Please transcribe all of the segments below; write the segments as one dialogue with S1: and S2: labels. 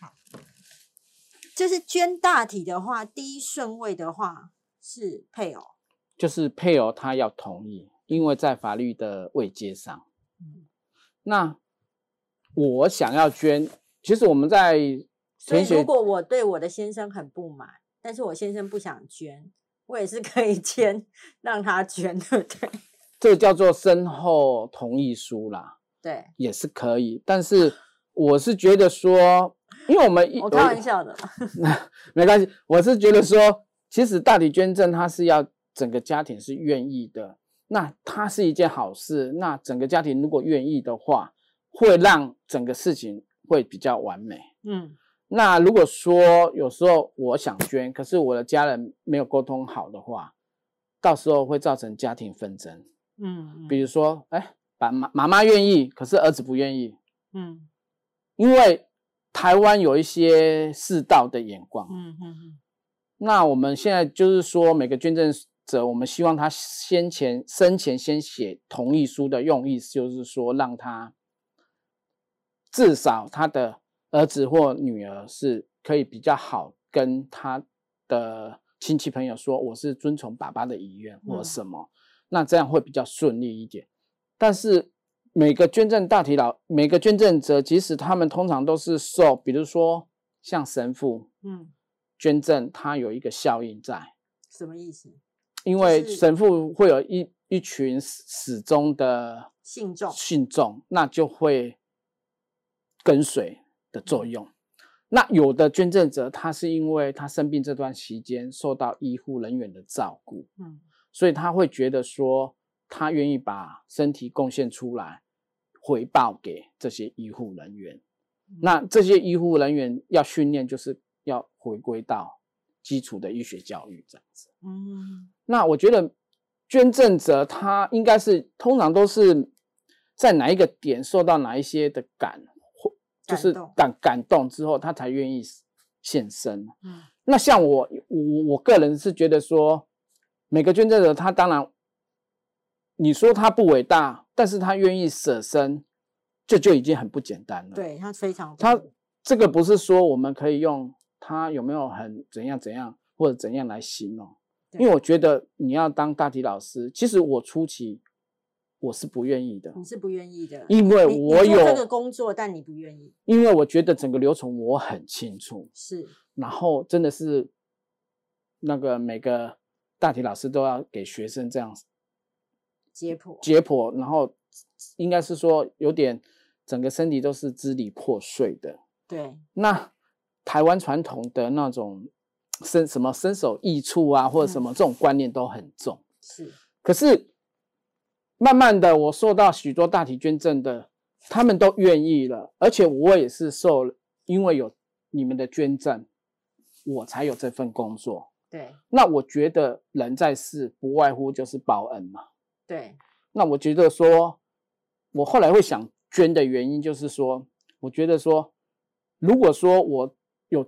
S1: 好，
S2: 就是捐大体的话，第一顺位的话是配偶。
S3: 就是配偶他要同意，因为在法律的位阶上。
S2: 嗯
S3: 那我想要捐，其实我们在
S2: 所以
S3: 填写
S2: 如果我对我的先生很不满，但是我先生不想捐，我也是可以 签让他捐，对不对？
S3: 这个叫做身后同意书啦，
S2: 对，
S3: 也是可以。但是 我是觉得说，因为我们一哦
S2: 我开玩笑的啦。
S3: 没关系，我是觉得说，其实大体捐赠它是要整个家庭是愿意的，那它是一件好事。那整个家庭如果愿意的话，会让整个事情会比较完美。
S2: 嗯，
S3: 那如果说有时候我想捐，可是我的家人没有沟通好的话，到时候会造成家庭纷争。
S2: 嗯
S3: 比如说，哎，爸妈妈妈愿意，可是儿子不愿意，
S2: 嗯
S3: 因为台湾有一些世道的眼光。
S2: 嗯嗯
S3: 那我们现在就是说，每个捐赠者，我们希望他先前生前先写同意书的用意，就是说让他至少他的儿子或女儿是可以比较好跟他的亲戚朋友说，我是遵从爸爸的遗愿或
S2: 嗯
S3: 什么，那这样会比较顺利一点。但是每个捐赠大体老每个捐赠者，即使他们通常都是受，比如说像神父，
S2: 嗯，
S3: 捐赠它有一个效应在，
S2: 什么意思？
S3: 因为
S2: 就是
S3: 神父会有一一群始始终的
S2: 信众
S3: 信众，那就会跟随的
S2: 嗯
S3: 作用。那有的捐赠者，他是因为他生病这段期间受到医护人员的照顾，
S2: 嗯
S3: 所以他会觉得说，他愿意把身体贡献出来，回报给这些医护人员。那这些医护人员要训练，就是要回归到基础的医学教育这样子。
S2: 嗯
S3: 那我觉得捐赠者他应该是通常都是在哪一个点受到哪一些的感，或就是
S2: 感动
S3: 感感动之后，他才愿意献身。
S2: 嗯
S3: 那像我我我个人是觉得说，每个捐赠者他当然，你说他不伟大，但是他愿意舍身，这就已经很不简单了。
S2: 对他非常
S3: 他这个不是说我们可以用他有没有很怎样怎样或者怎样来形容，
S2: 对
S3: 因为我觉得你要当大体老师，其实我初期我是不愿意的，
S2: 你是不愿意的，
S3: 因为
S2: 嗯你你
S3: 我
S2: 做这个
S3: 有，
S2: 工作，但你不愿意，
S3: 因为我觉得整个流程我很清楚，
S2: 是
S3: 然后真的是那个每个大体老师都要给学生这样
S2: 解剖，
S3: 解剖，然后应该是说有点整个身体都是支离破碎的，
S2: 对，
S3: 那台湾传统的那种伸什么伸手益处啊，或者什么这种观念都很重。
S2: 是，
S3: 可是慢慢的，我受到许多大体捐赠的，他们都愿意了，而且我也是受了，因为有你们的捐赠，我才有这份工作。
S2: 对
S3: 那我觉得人在世不外乎就是报恩嘛。
S2: 对，
S3: 那我觉得说，我后来会想捐的原因就是说，我觉得说，如果说我有，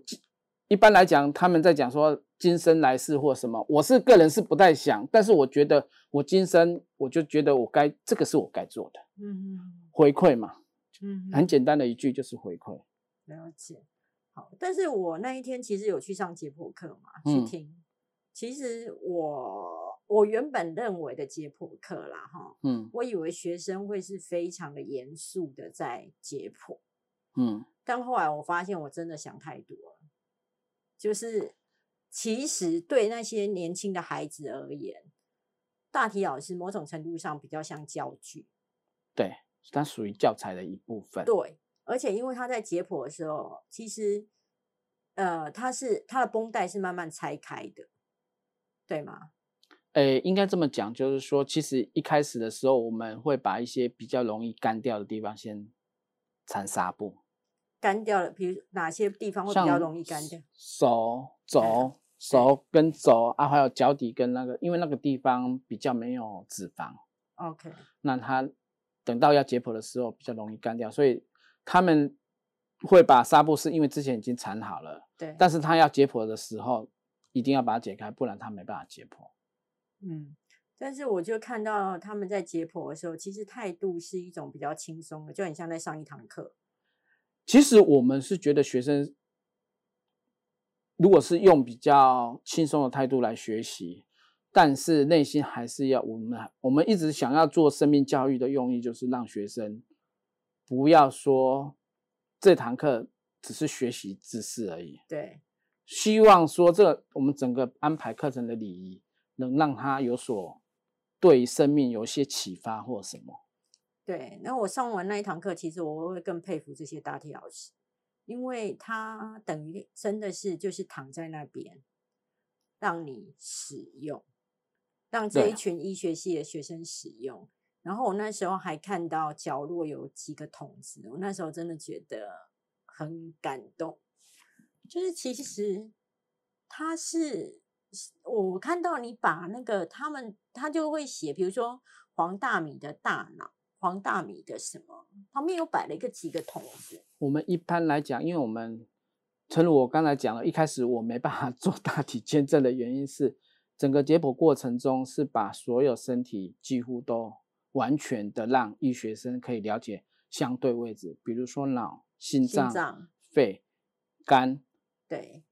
S3: 一般来讲他们在讲说今生来世或什么，我是个人是不太想，但是我觉得我今生我就觉得我该这个是我该做的
S2: 嗯
S3: 回馈嘛，
S2: 嗯
S3: 很简单的一句就是回馈。
S2: 了解，好，但是我那一天其实有去上解剖课嘛，去
S3: 嗯
S2: 听。其实我我原本认为的解剖课啦，哈，
S3: 嗯
S2: 我以为学生会是非常的严肃的在解剖，
S3: 嗯，
S2: 但后来我发现我真的想太多了，就是其实对那些年轻的孩子而言，大体老师某种程度上比较像教具，
S3: 对，它属于教材的一部分。
S2: 对，而且因为他在解剖的时候，其实呃，它是它的绷带是慢慢拆开的，对吗？
S3: 诶，应该这么讲，就是说，其实一开始的时候，我们会把一些比较容易干掉的地方先缠纱布，
S2: 干掉了，比如哪些地方会比
S3: 像
S2: 较容易干掉？嗯
S3: 手、肘、手跟肘啊，还有脚底跟那个，因为那个地方比较没有脂肪，
S2: ？OK，
S3: 那它等到要解剖的时候比较容易干掉，所以他们会把纱布是因为之前已经缠好了，
S2: 对，
S3: 但是他要解剖的时候一定要把它解开，不然他没办法解剖。
S2: 嗯，但是我就看到他们在解剖的时候，其实态度是一种比较轻松的，就很像在上一堂课。
S3: 其实我们是觉得学生如果是用比较轻松的态度来学习，但是内心还是要我们我们一直想要做生命教育的用意，就是让学生不要说这堂课只是学习知识而已，
S2: 对，
S3: 希望说这个我们整个安排课程的礼仪，能让他有所对生命有些启发或什么。
S2: 对，那我上完那一堂课，其实我会更佩服这些大体老师，因为他等于真的是就是躺在那边，让你使用，让这
S3: 对
S2: 一群医学系的学生使用。然后我那时候还看到角落有几个桶子，我那时候真的觉得很感动，就是其实他是我看到你把那个他们他就会写，比如说黄大米的大脑。黄大米的什么，旁边有摆了一个几个桶子，
S3: 我们一般来讲，因为我们诚如我刚才讲了，一开始我没办法 做大体见证的原因是，整个解剖过程中是把所有身体几乎都完全的让医学生可以了解相对位置，比如说脑、心
S2: 心
S3: 脏、
S2: 脏，
S3: 肺、肝，
S2: 对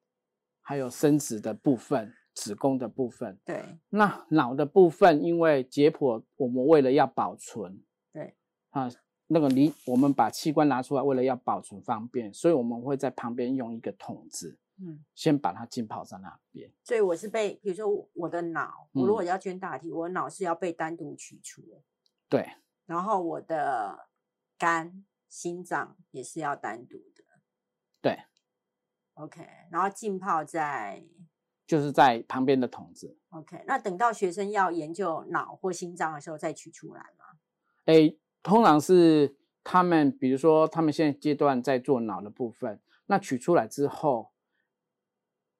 S3: 还有生殖的部分、子宫的部分。
S2: 对
S3: 那脑的部分，因为解剖，我们为了要保存，
S2: 对
S3: 啊，那个离我们把器官拿出来，为了要保存方便，所以我们会在旁边用一个桶子，
S2: 嗯，
S3: 先把它浸泡在那边。
S2: 所以我是被，比如说我我的脑，我如
S3: 嗯
S2: 果要捐大体，我的脑是要被单独取出的，
S3: 对，
S2: 然后我的肝、心脏也是要单独的，
S3: 对
S2: ，OK，然后浸泡在
S3: 就是在旁边的桶子。
S2: OK，那等到学生要研究脑或心脏的时候再取出来嘛，
S3: 诶，通常是他们，比如说他们现在阶段在做脑的部分，那取出来之后，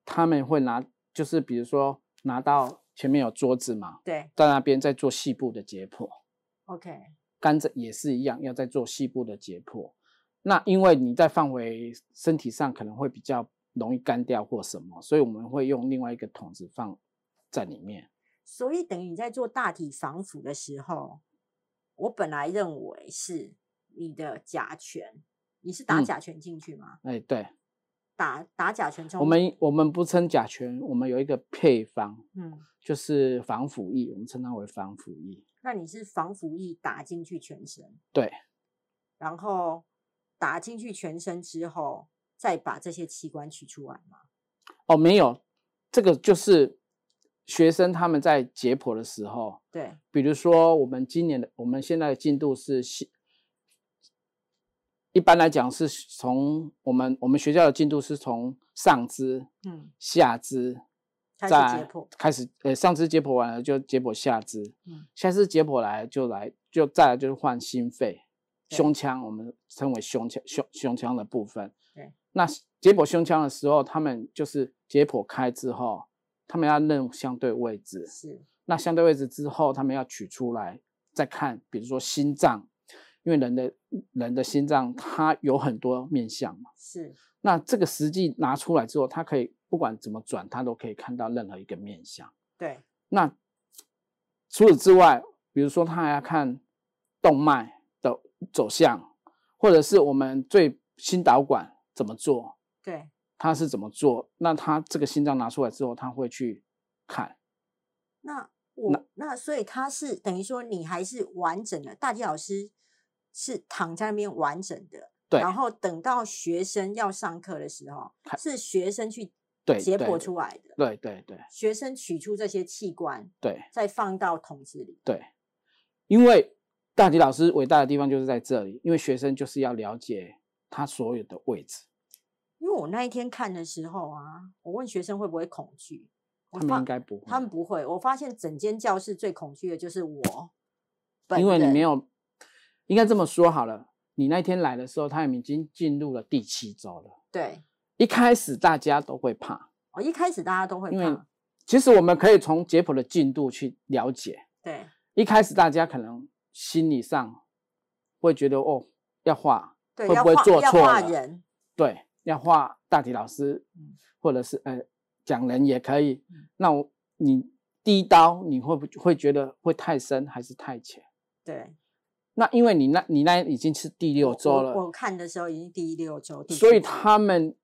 S3: 他们会拿，就是比如说拿到前面有桌子嘛，
S2: 对
S3: 在那边在做细部的解剖。
S2: ，OK，
S3: 甘蔗也是一样，要再做细部的解剖。那因为你再放回身体上，可能会比较容易干掉或什么，所以我们会用另外一个桶子放在里面。
S2: 所以等于你在做大体防腐的时候，我本来认为是你的甲醛，你是打
S3: 嗯
S2: 甲醛进去吗？
S3: 哎，对，
S2: 打打甲醛冲，
S3: 我们我们不称甲醛，我们有一个配方，
S2: 嗯，
S3: 就是防腐液，我们称它为防腐液。
S2: 那你是防腐液打进去全身，
S3: 对，
S2: 然后打进去全身之后，再把这些器官取出来吗？
S3: 哦，没有，这个就是学生他们在解剖的时候，
S2: 对
S3: 比如说我们今年的，我们现在的进度是西，一般来讲是从我们我们学校的进度是从上肢、
S2: 嗯，
S3: 下肢
S2: 开始
S3: 再
S2: 解剖
S3: 开始呃上肢解剖完了就解剖下肢，
S2: 嗯
S3: 下肢解剖来就来就再来就是换心肺、
S2: 对
S3: 胸腔，我们称为胸腔胸胸腔的部分。
S2: 对，
S3: 那解剖胸腔的时候，他们就是解剖开之后，他们要认相对位置，
S2: 是
S3: 那相对位置之后，他们要取出来再看，比如说心脏，因为人的人的心脏它有很多面相嘛。
S2: 是，
S3: 那这个实际拿出来之后，它可以不管怎么转，它都可以看到任何一个面相。
S2: 对
S3: 那除此之外，比如说他还要看动脉的走向，或者是我们最心导管怎么做，
S2: 对
S3: 它是怎么做。那他这个心脏拿出来之后，他会去看。
S2: 那我那所以他是等于说你还是完整的，大体老师是躺在那边完整的，
S3: 对
S2: 然后等到学生要上课的时候，
S3: 看
S2: 是学生去
S3: 对
S2: 解
S3: 对
S2: 剖出来的，
S3: 对对对
S2: 学生取出这些器官，
S3: 对。
S2: 再放到桶子里。
S3: 对，因为大体老师伟大的地方就是在这里，因为学生就是要了解他所有的位置，
S2: 因为我那一天看的时候啊，我问学生会不会恐惧，我
S3: 他们
S2: 发
S3: 应该不会，
S2: 他们不会。我发现整间教室最恐惧的就是我本人，
S3: 因为你没有，应该这么说好了，你那天来的时候，他们已经进入了第七周了。
S2: 对。
S3: 一开始大家都会怕，
S2: 哦，一开始大家都会
S3: 因为
S2: 怕，
S3: 其实我们可以从解剖的进度去了解。
S2: 对
S3: 一开始大家可能心理上会觉得哦，要画，
S2: 对，
S3: 会
S2: 要
S3: 不会
S2: 画
S3: 做
S2: 要
S3: 错
S2: 画
S3: 了
S2: 人，
S3: 对，要画大体老师
S2: 嗯，
S3: 或者是呃讲人也可以
S2: 嗯。
S3: 那我你第一刀你会不会觉得会太深还是太浅？
S2: 对，
S3: 那因为你那你那已经是第六
S2: 我
S3: 周
S2: 我。
S3: 了，
S2: 我看的时候已经第六周，第
S3: 所
S2: 七
S3: 以
S2: 周
S3: 他们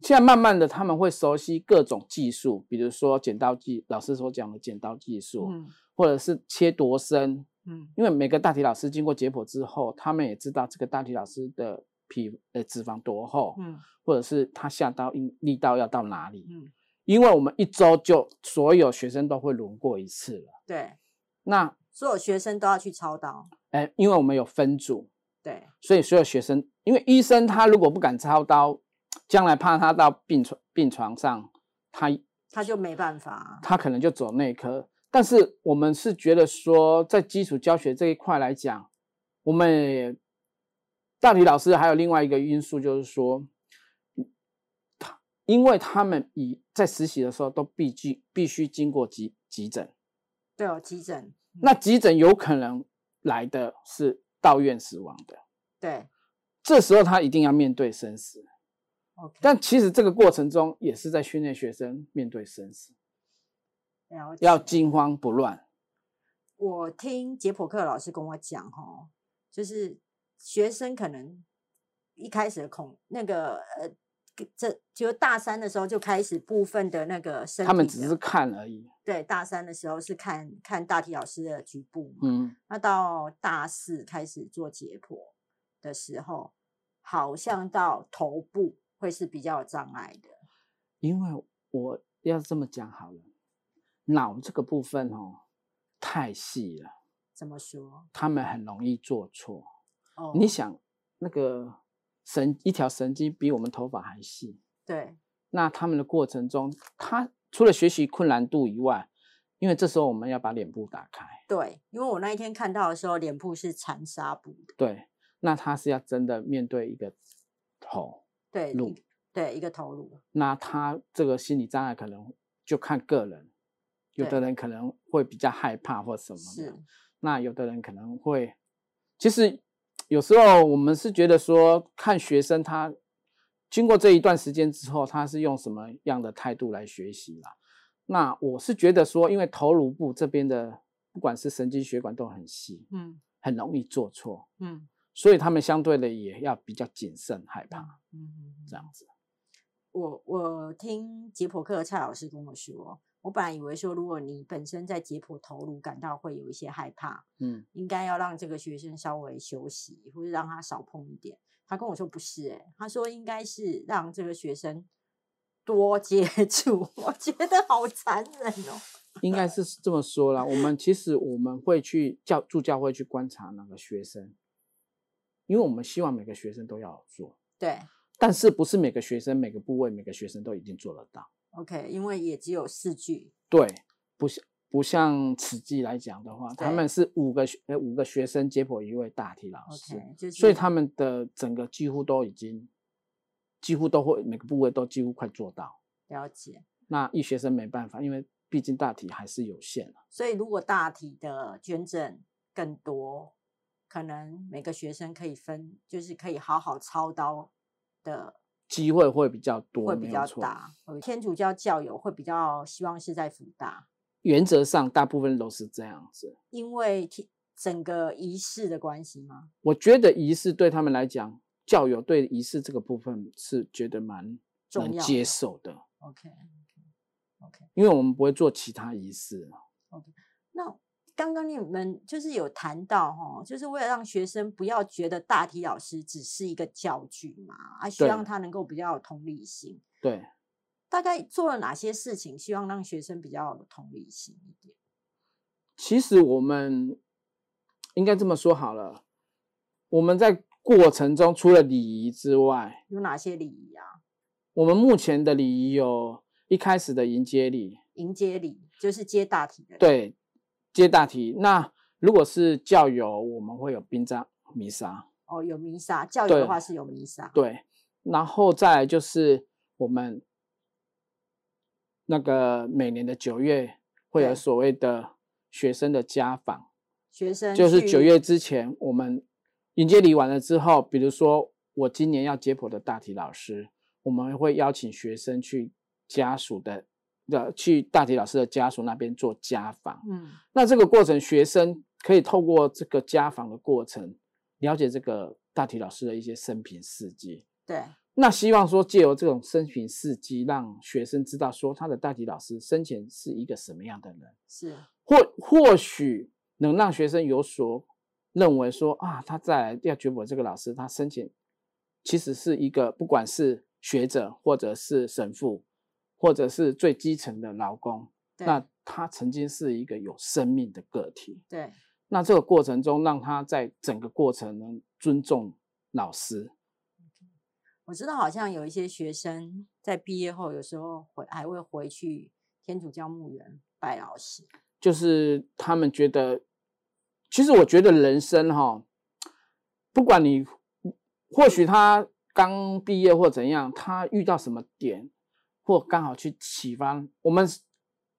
S3: 现在慢慢的他们会熟悉各种技术，比如说剪刀技，老师所讲的剪刀技术，
S2: 嗯
S3: 或者是切多深，
S2: 嗯
S3: 因为每个大体老师经过解剖之后，他们也知道这个大体老师的皮呃脂肪多厚，
S2: 嗯
S3: 或者是他下刀力力道要到哪里。
S2: 嗯，
S3: 因为我们一周就所有学生都会轮过一次了。
S2: 对，
S3: 那
S2: 所有学生都要去操刀，
S3: 哎，因为我们有分组，
S2: 对，
S3: 所以所有学生，因为医生他如果不敢操刀，将来怕他到病床病床上，他
S2: 他就没办法啊、
S3: 他可能就走内科。但是我们是觉得说，在基础教学这一块来讲，我们也大体老师还有另外一个因素就是说，他因为他们以在实习的时候都必须必须经过急急诊，
S2: 对哦，急诊，嗯
S3: 那急诊有可能来的是到院死亡的，
S2: 对
S3: 这时候他一定要面对生死。
S2: ，OK，
S3: 但其实这个过程中也是在训练学生面对生死，
S2: 了解
S3: 要惊慌不乱。
S2: 我听解剖课老师跟我讲，哦，就是学生可能一开始的恐那个呃，这就大三的时候就开始部分的那个身体的，
S3: 他们只是看而已，
S2: 对大三的时候是看看大体老师的局部嘛，
S3: 嗯。
S2: 那到大四开始做解剖的时候，好像到头部会是比较有障碍的，
S3: 因为我要这么讲好了，脑这个部分哦太细了，
S2: 怎么说？
S3: 他们很容易做错。
S2: 哦，
S3: 你想，那个神一条神经比我们头发还细，
S2: 对
S3: 那他们的过程中，他除了学习困难度以外，因为这时候我们要把脸部打开，
S2: 对，因为我那一天看到的时候，脸部是残纱布的，
S3: 对，那他是要真的面对一个头，
S2: 对，
S3: 路
S2: 一对一个头颅，
S3: 那他这个心理障碍可能就看个人，有的
S2: 对
S3: 人可能会比较害怕或什么的
S2: 是。
S3: 那有的人可能会，其实有时候我们是觉得说，看学生他经过这一段时间之后，他是用什么样的态度来学习啦。那我是觉得说，因为头颅部这边的不管是神经血管都很细，
S2: 嗯
S3: 很容易做错，
S2: 嗯
S3: 所以他们相对的也要比较谨慎害怕
S2: 嗯嗯，
S3: 这样子。
S2: 我我听解剖课的蔡老师跟我说，我本来以为说，如果你本身在解剖头颅感到会有一些害怕，
S3: 嗯，
S2: 应该要让这个学生稍微休息，或者让他少碰一点。他跟我说不是、欸，他说应该是让这个学生多接触。 我觉得好残忍哦、
S3: 应该是这么说啦。我们其实我们会去教助教会去观察哪个学生，因为我们希望每个学生都要有做。
S2: 对
S3: 但是不是每个学生、每个部位、每个学生都一定做得到。
S2: ，OK，因为也只有四句，
S3: 对，不像不像慈济来讲的话，他
S2: 对
S3: 们是五个学呃五个学生解剖一位大体老师
S2: OK，就是嗯
S3: 所以他们的整个几乎都已经几乎都会每个部位都几乎快做到。
S2: 了解。
S3: 那一学生没办法，因为毕竟大体还是有限的。
S2: 所以如果大体的捐赠更多，可能每个学生可以分，就是可以好好操刀的
S3: 机会会比较多，
S2: 会比
S3: 没有
S2: 较
S3: 错。
S2: 大。呃天主教教友会比较希望是在福大，
S3: 原则上大部分都是这样子。
S2: 因为提整个仪式的关系吗？
S3: 我觉得仪式对他们来讲，教友对仪式这个部分是觉得蛮
S2: 重
S3: 能
S2: 要
S3: 接
S2: 的
S3: 受的。
S2: OK OK OK。
S3: 因为我们不会做其他仪式。
S2: 那刚刚你们就是有谈到哈，就是为了让学生不要觉得大体老师只是一个教具嘛，啊，希
S3: 对
S2: 望他能够比较有同理心。
S3: 对，
S2: 大概做了哪些事情，希望让学生比较有同理心一点？
S3: 其实我们应该这么说好了，我们在过程中除了礼仪之外，
S2: 有哪些礼仪啊？
S3: 我们目前的礼仪有一开始的迎接礼，
S2: 迎接礼就是接大体的礼，
S3: 对，接大题。那如果是教友，我们会有殡葬弥撒，
S2: 哦，有弥撒，教友的
S3: 对
S2: 话是有弥撒，
S3: 对，然后再来就是我们那个每年的九月会有
S2: 对
S3: 所谓的学生的家访。
S2: 学生
S3: 就是
S2: 去
S3: 九月之前，我们迎接礼完了之后，比如说我今年要解剖的大体老师，我们会邀请学生去家属的，呃，去大体老师的家属那边做家访。
S2: 嗯
S3: 那这个过程，学生可以透过这个家访的过程，了解这个大体老师的一些生平事迹。
S2: 对
S3: 那希望说借由这种生平事迹，让学生知道说他的代体老师生前是一个什么样的人，
S2: 是
S3: 或或许能让学生有所认为说啊，他再来要觉我这个老师，他生前其实是一个不管是学者或者是神父，或者是最基层的劳工，
S2: 对
S3: 那他曾经是一个有生命的个体。
S2: 对
S3: 那这个过程中，让他在整个过程能尊重老师，
S2: 我知道，好像有一些学生在毕业后，有时候回还会回去天主教墓园拜老师。
S3: 就是他们觉得，其实我觉得人生哈，不管你或许他刚毕业或怎样，他遇到什么点，或刚好去启发我们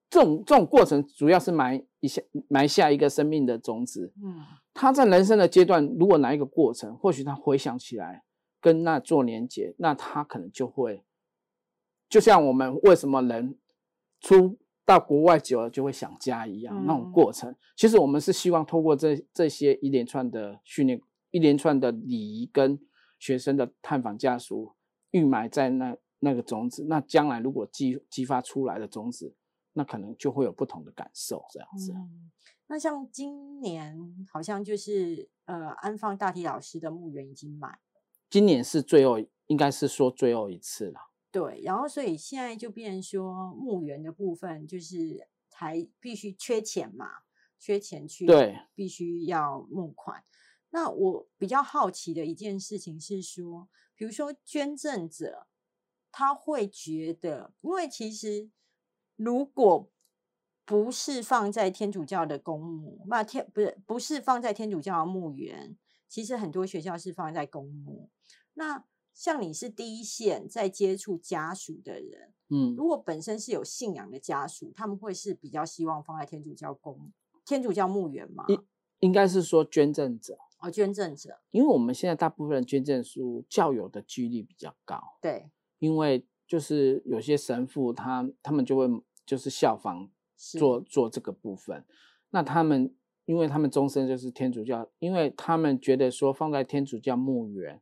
S3: 这种这种过程，主要是埋一下埋下一个生命的种子。
S2: 嗯，
S3: 他在人生的阶段，如果哪一个过程，或许他回想起来跟那做连结，那他可能就会，就像我们为什么人出到国外久了就会想家一样，那种
S2: 嗯
S3: 过程。其实我们是希望透过这这些一连串的训练、一连串的礼仪跟学生的探访家属，预埋在那那个种子，那将来如果激激发出来的种子，那可能就会有不同的感受，这样子。
S2: 嗯，那像今年好像就是呃，安放大体老师的墓园已经满了，
S3: 今年是最后，应该是说最后一次了。
S2: 对，然后所以现在就变成说墓园的部分就是还必须缺钱嘛，缺钱去
S3: 对，
S2: 必须要募款。那我比较好奇的一件事情是说，比如说捐赠者他会觉得，因为其实如果不是放在天主教的公墓，那天不是不是放在天主教的墓园，其实很多学校是放在公墓。那像你是第一线在接触家属的人，
S3: 嗯
S2: 如，果本身是有信仰的家属，他们会是比较希望放在天主教公天主教墓园嘛？
S3: 应该是说捐赠者，
S2: 哦，捐赠者，
S3: 因为我们现在大部分捐赠书教友的几率比较高，
S2: 对，
S3: 因为就是有些神父他他们就会就是效仿
S2: 是
S3: 做做这个部分，那他们因为他们终身就是天主教，因为他们觉得说放在天主教墓园，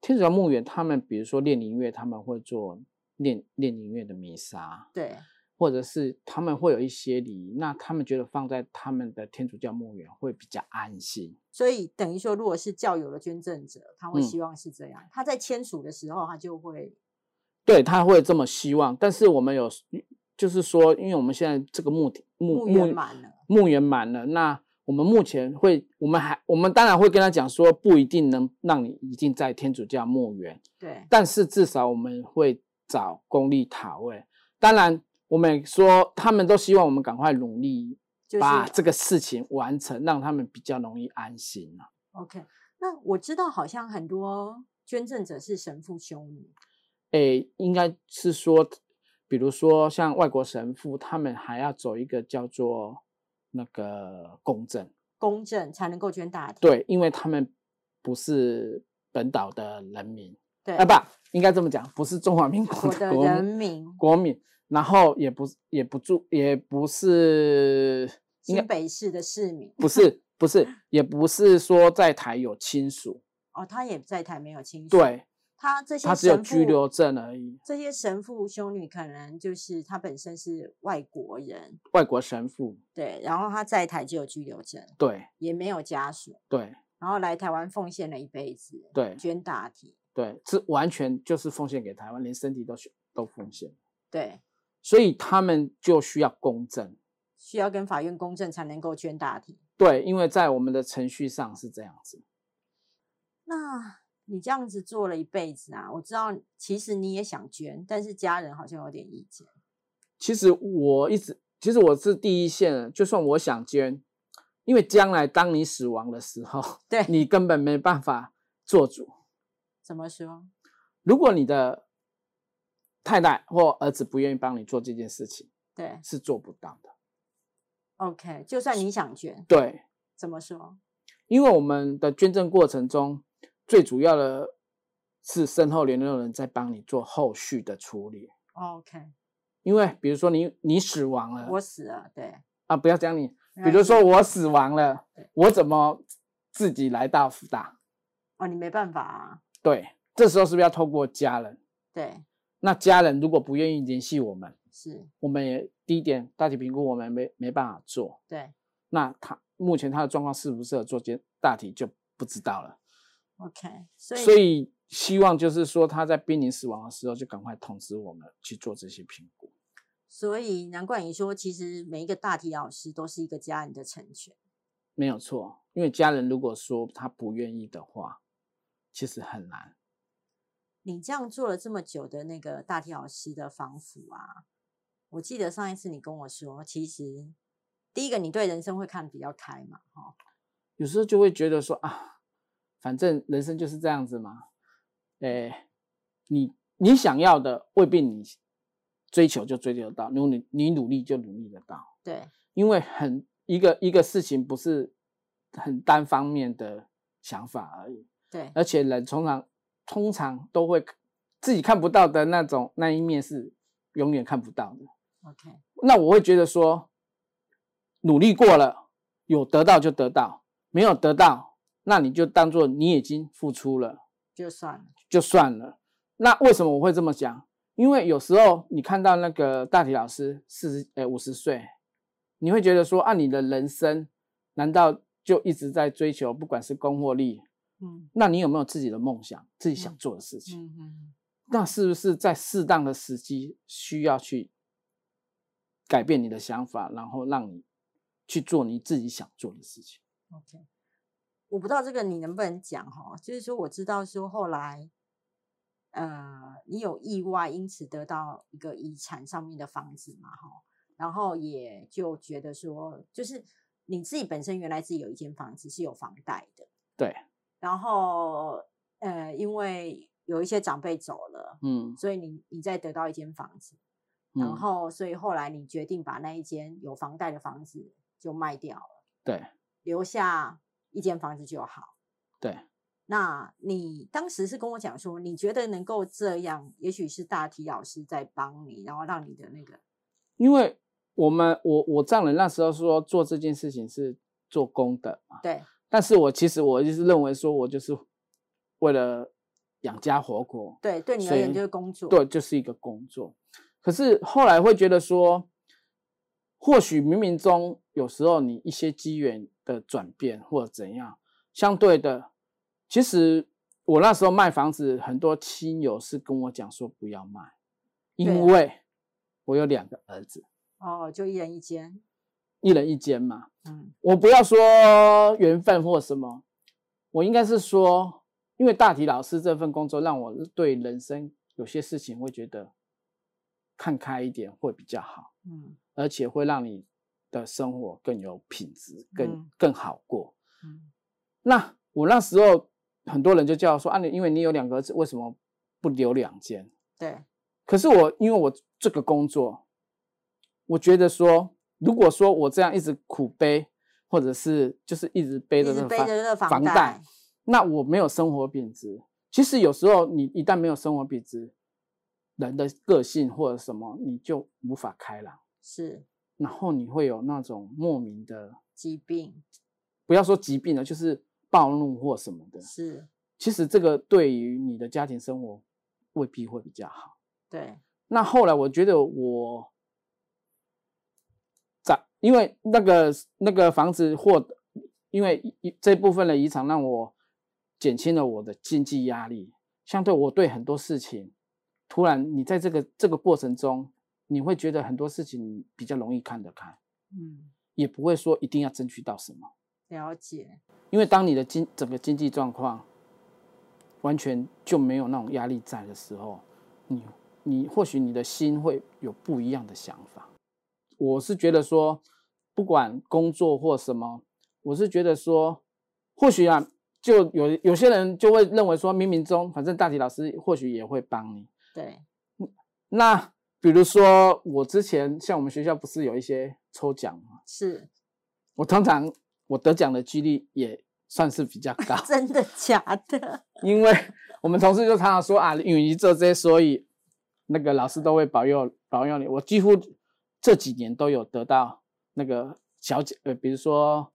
S3: 天主教墓园他们比如说练音乐，他们会做练练音乐的弥撒，
S2: 对，
S3: 或者是他们会有一些礼仪，那他们觉得放在他们的天主教墓园会比较安心。
S2: 所以等于说，如果是教友的捐赠者，他会
S3: 嗯
S2: 希望是这样。他在签署的时候，他就会
S3: 对他会这么希望，但是我们有，就是说，因为我们现在这个墓墓
S2: 墓园满了，
S3: 墓园满了，那我们目前会，我们还我们当然会跟他讲说，不一定能让你一定在天主教墓园，
S2: 对，
S3: 但是至少我们会找公立塔位。当然，我们也说他们都希望我们赶快努力
S2: 就是
S3: 把这个事情完成，让他们比较容易安心啊。
S2: OK。那我知道，好像很多捐赠者是神父修女，
S3: 诶，应该是说，比如说像外国神父，他们还要走一个叫做那个公证，
S2: 公证才能够捐大体。
S3: 对，因为他们不是本岛的人民，
S2: 对，
S3: 啊，不，应该这么讲，不是中华民国
S2: 我的
S3: 国
S2: 人
S3: 民
S2: 民，
S3: 国民，然后也不也不住，也不是应该
S2: 新北市的市民
S3: 不是不是，也不是说在台有亲属，
S2: 哦，他也在台没有亲属，，
S3: 对
S2: 他这些
S3: 他只有
S2: 神
S3: 居
S2: 父
S3: 留证而已。
S2: 这些神父修女可能就是他本身是外国人，
S3: 外国神父，
S2: 对，然后他在台只有居留证，
S3: 对
S2: 也没有家属，
S3: 对
S2: 然后来台湾奉献了一辈子，
S3: 对，
S2: 捐大体，
S3: 对，是完全就是奉献给台湾，连身体都选都奉献，
S2: 对，
S3: 所以他们就需要公证。
S2: 需要跟法院公证才能够捐大体。
S3: 对，因为在我们的程序上是这样子。
S2: 那你这样子做了一辈子啊，我知道其实你也想捐，但是家人好像有点意见，
S3: 其实我一直，其实我是第一线的，就算我想捐，因为将来当你死亡的时候，
S2: 对
S3: 你根本没办法做主。
S2: 怎么说？
S3: 如果你的太太或儿子不愿意帮你做这件事情，
S2: 对
S3: 是做不到的。
S2: ，OK，就算你想捐，
S3: 对，
S2: 怎么说？
S3: 因为我们的捐赠过程中，最主要的是身后联络人在帮你做后续的处理。
S2: OK，
S3: 因为比如说你你死亡了，
S2: 我死了，对，
S3: 啊不要讲你，
S2: 没
S3: 比
S2: 关
S3: 如
S2: 系
S3: 说我死亡了
S2: 对，
S3: 我怎么自己来到福大？
S2: 哦，你没办法啊，
S3: 对，这时候是不是要透过家人？
S2: 对，
S3: 那家人如果不愿意联系我们，
S2: 是，
S3: 我们也第一点大体评估我们没没办法做。
S2: 对
S3: 那他目前他的状况适不适合做接大体就不知道了。
S2: ，OK，所以
S3: 所以希望就是说他在濒临死亡的时候就赶快通知我们去做这些评估。
S2: 所以难怪你说，其实每一个大体老师都是一个家人的成全。
S3: 没有错，因为家人如果说他不愿意的话，其实很难。
S2: 你这样做了这么久的那个大体老师的防腐啊，我记得上一次你跟我说，其实第一个你对人生会看得比较开嘛，哦，
S3: 有时候就会觉得说啊，反正人生就是这样子嘛，诶、你你想要的未必你追求就追求得到，如果你你努力就努力得到，
S2: 对
S3: 因为很一个一个事情不是很单方面的想法而已，
S2: 对
S3: 而且人通常通常都会自己看不到的那种那一面是永远看不到的。
S2: ，OK，
S3: 那我会觉得说，努力过了，有得到就得到，没有得到，那你就当做你已经付出了，
S2: 就算了，
S3: 就算了。那为什么我会这么讲？因为有时候你看到那个大体老师四十呃五十岁，你会觉得说啊，你的人生难道就一直在追求，不管是功或利？
S2: 嗯
S3: 那你有没有自己的梦想，自己想
S2: 嗯
S3: 做的事情？
S2: 嗯嗯，
S3: 那是不是在适当的时机需要去改变你的想法，然后让你去做你自己想做的事情？
S2: OK，我不知道这个你能不能讲哈、就是说我知道说后来，呃，你有意外，因此得到一个遗产上面的房子嘛哈、然后也就觉得说，就是你自己本身原来自己有一间房子是有房贷的，
S3: 对，
S2: 然后呃，因为有一些长辈走了，
S3: 嗯，
S2: 所以你你再得到一间房子，然
S3: 嗯，
S2: 后所以后来你决定把那一间有房贷的房子就卖掉了。
S3: 对
S2: 留下一间房子就好。
S3: 对，
S2: 那你当时是跟我讲说，你觉得能够这样，也许是大体老师在帮你，然后让你的那个
S3: 因为我们我我丈人那时候说做这件事情是做功德嘛，
S2: 对
S3: 但是我其实我就是认为说我就是为了养家活口，
S2: 对对你而
S3: 所
S2: 言
S3: 以
S2: 就是工作，
S3: 对，就是一个工作。可是后来会觉得说，或许冥冥中有时候你一些机缘的转变或者怎样，相对的，其实我那时候卖房子，很多亲友是跟我讲说不要卖，
S2: 对啊
S3: 因为我有两个儿子，
S2: 哦，就一人一间，
S3: 一人一间嘛。
S2: 嗯
S3: 我不要说缘分或什么，我应该是说，因为大体老师这份工作让我对人生有些事情会觉得看开一点会比较好，
S2: 嗯
S3: 而且会让你的生活更有品质，更、
S2: 嗯
S3: 更好过。
S2: 嗯
S3: 那我那时候很多人就叫我说啊，你因为你有两个儿子，为什么不留两间？
S2: 对
S3: 可是我因为我这个工作，我觉得说，如果说我这样一直苦背，或者是就是一直背
S2: 一
S3: 着
S2: 直
S3: 这
S2: 背
S3: 房
S2: 着这个
S3: 房
S2: 贷
S3: 贷，，那我没有生活品质。其实有时候你一旦没有生活品质，人的个性或者什么，你就无法开朗，
S2: 是
S3: 然后你会有那种莫名的，
S2: 疾病
S3: 不要说疾病了，就是暴怒或什么的。
S2: 是，
S3: 其实这个对于你的家庭生活未必会比较好。
S2: 对
S3: 那后来我觉得我咋，因为那个那个房子获得，因为一这部分的遗产让我减轻了我的经济压力，相对我对很多事情，突然你在这个这个过程中，你会觉得很多事情比较容易看得开，
S2: 嗯
S3: 也不会说一定要争取到什么，
S2: 了解
S3: 因为当你的经整个经济状况完全就没有那种压力在的时候，你你或许你的心会有不一样的想法。我是觉得说，不管工作或什么，我是觉得说，或许啊，就有有些人就会认为说，冥冥中反正大体老师或许也会帮你。
S2: 对
S3: 那比如说我之前像我们学校不是有一些抽奖吗？
S2: 是，
S3: 我通常我得奖的几率也算是比较高
S2: 真的假的？
S3: 因为我们同事就常常说啊，因为你做这些，所以那个老师都会保佑保佑你。我几乎这几年都有得到那个小奖，呃，比如说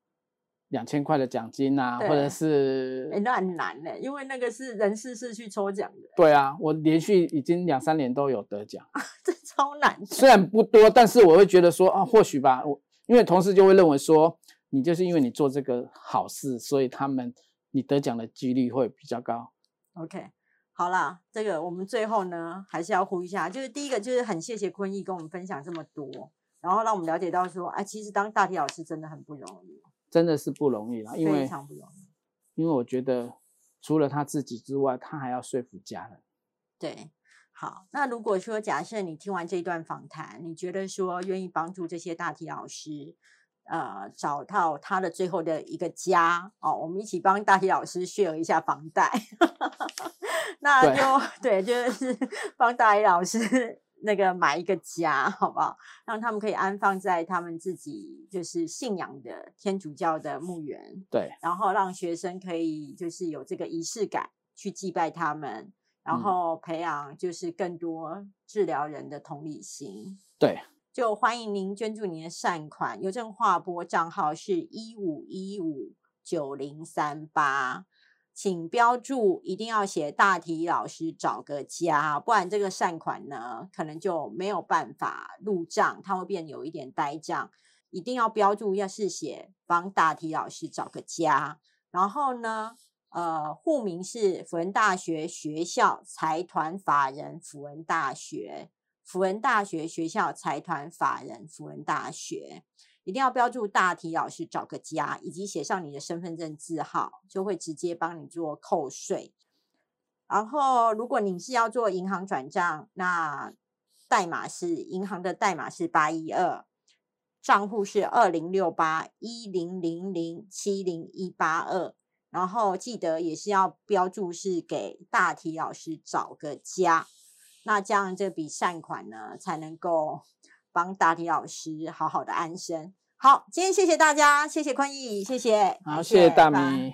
S3: 两千块的奖金啊，或
S2: 对
S3: 者是
S2: 哎、那很难呢、因为那个是人事是去抽奖的，
S3: 对啊，我连续已经两三年都有得奖，
S2: 这超难的。
S3: 虽然不多，但是我会觉得说啊，或许吧，我因为同事就会认为说，你就是因为你做这个好事，所以他们你得奖的几率会比较高。
S2: OK，好啦，这个我们最后呢还是要呼吁一下，就是第一个就是很谢谢坤毅跟我们分享这么多，然后让我们了解到说，哎、其实当大体老师真的很不容易，
S3: 真的是不容易啦，因
S2: 非
S3: 为
S2: 常不容易。
S3: 因为我觉得除了他自己之外，他还要说服家人。
S2: 对，好，那如果说假设你听完这一段访谈，你觉得说愿意帮助这些大体老师，呃，找到他的最后的一个家哦，我们一起帮大体老师 share 一下房贷， 那
S3: 对
S2: 就对就是 帮大体老师那个买一个家，好不好？让他们可以安放在他们自己就是信仰的天主教的墓园，
S3: 对，
S2: 然后让学生可以就是有这个仪式感去祭拜他们，然
S3: 嗯
S2: 后培养就是更多治疗人的同理心。
S3: 对，
S2: 就欢迎您捐助您的善款，邮政划拨账号是一五一五九零三八。请标注，一定要写大体老师找个家，不然这个善款呢，可能就没有办法入账，它会变有一点呆账。一定要标注，要是写帮大体老师找个家。然后呢，呃，户名是辅仁大学学校财团法人辅仁大学，辅仁大学学校财团法人辅仁大学。一定要标注大体老师找个家，以及写上你的身份证字号，就会直接帮你做扣税。然后，如果你是要做银行转账，那代码是银行的代码是八一二，账户是二零六八一零零零七零一八二。然后记得也是要标注是给大体老师找个家，那这样这笔善款呢才能够 帮大体老师好好的安身。好，今天谢谢大家，谢谢坤毅，谢谢，
S3: 好，
S2: 感
S3: 谢谢大
S2: 拜
S3: 米。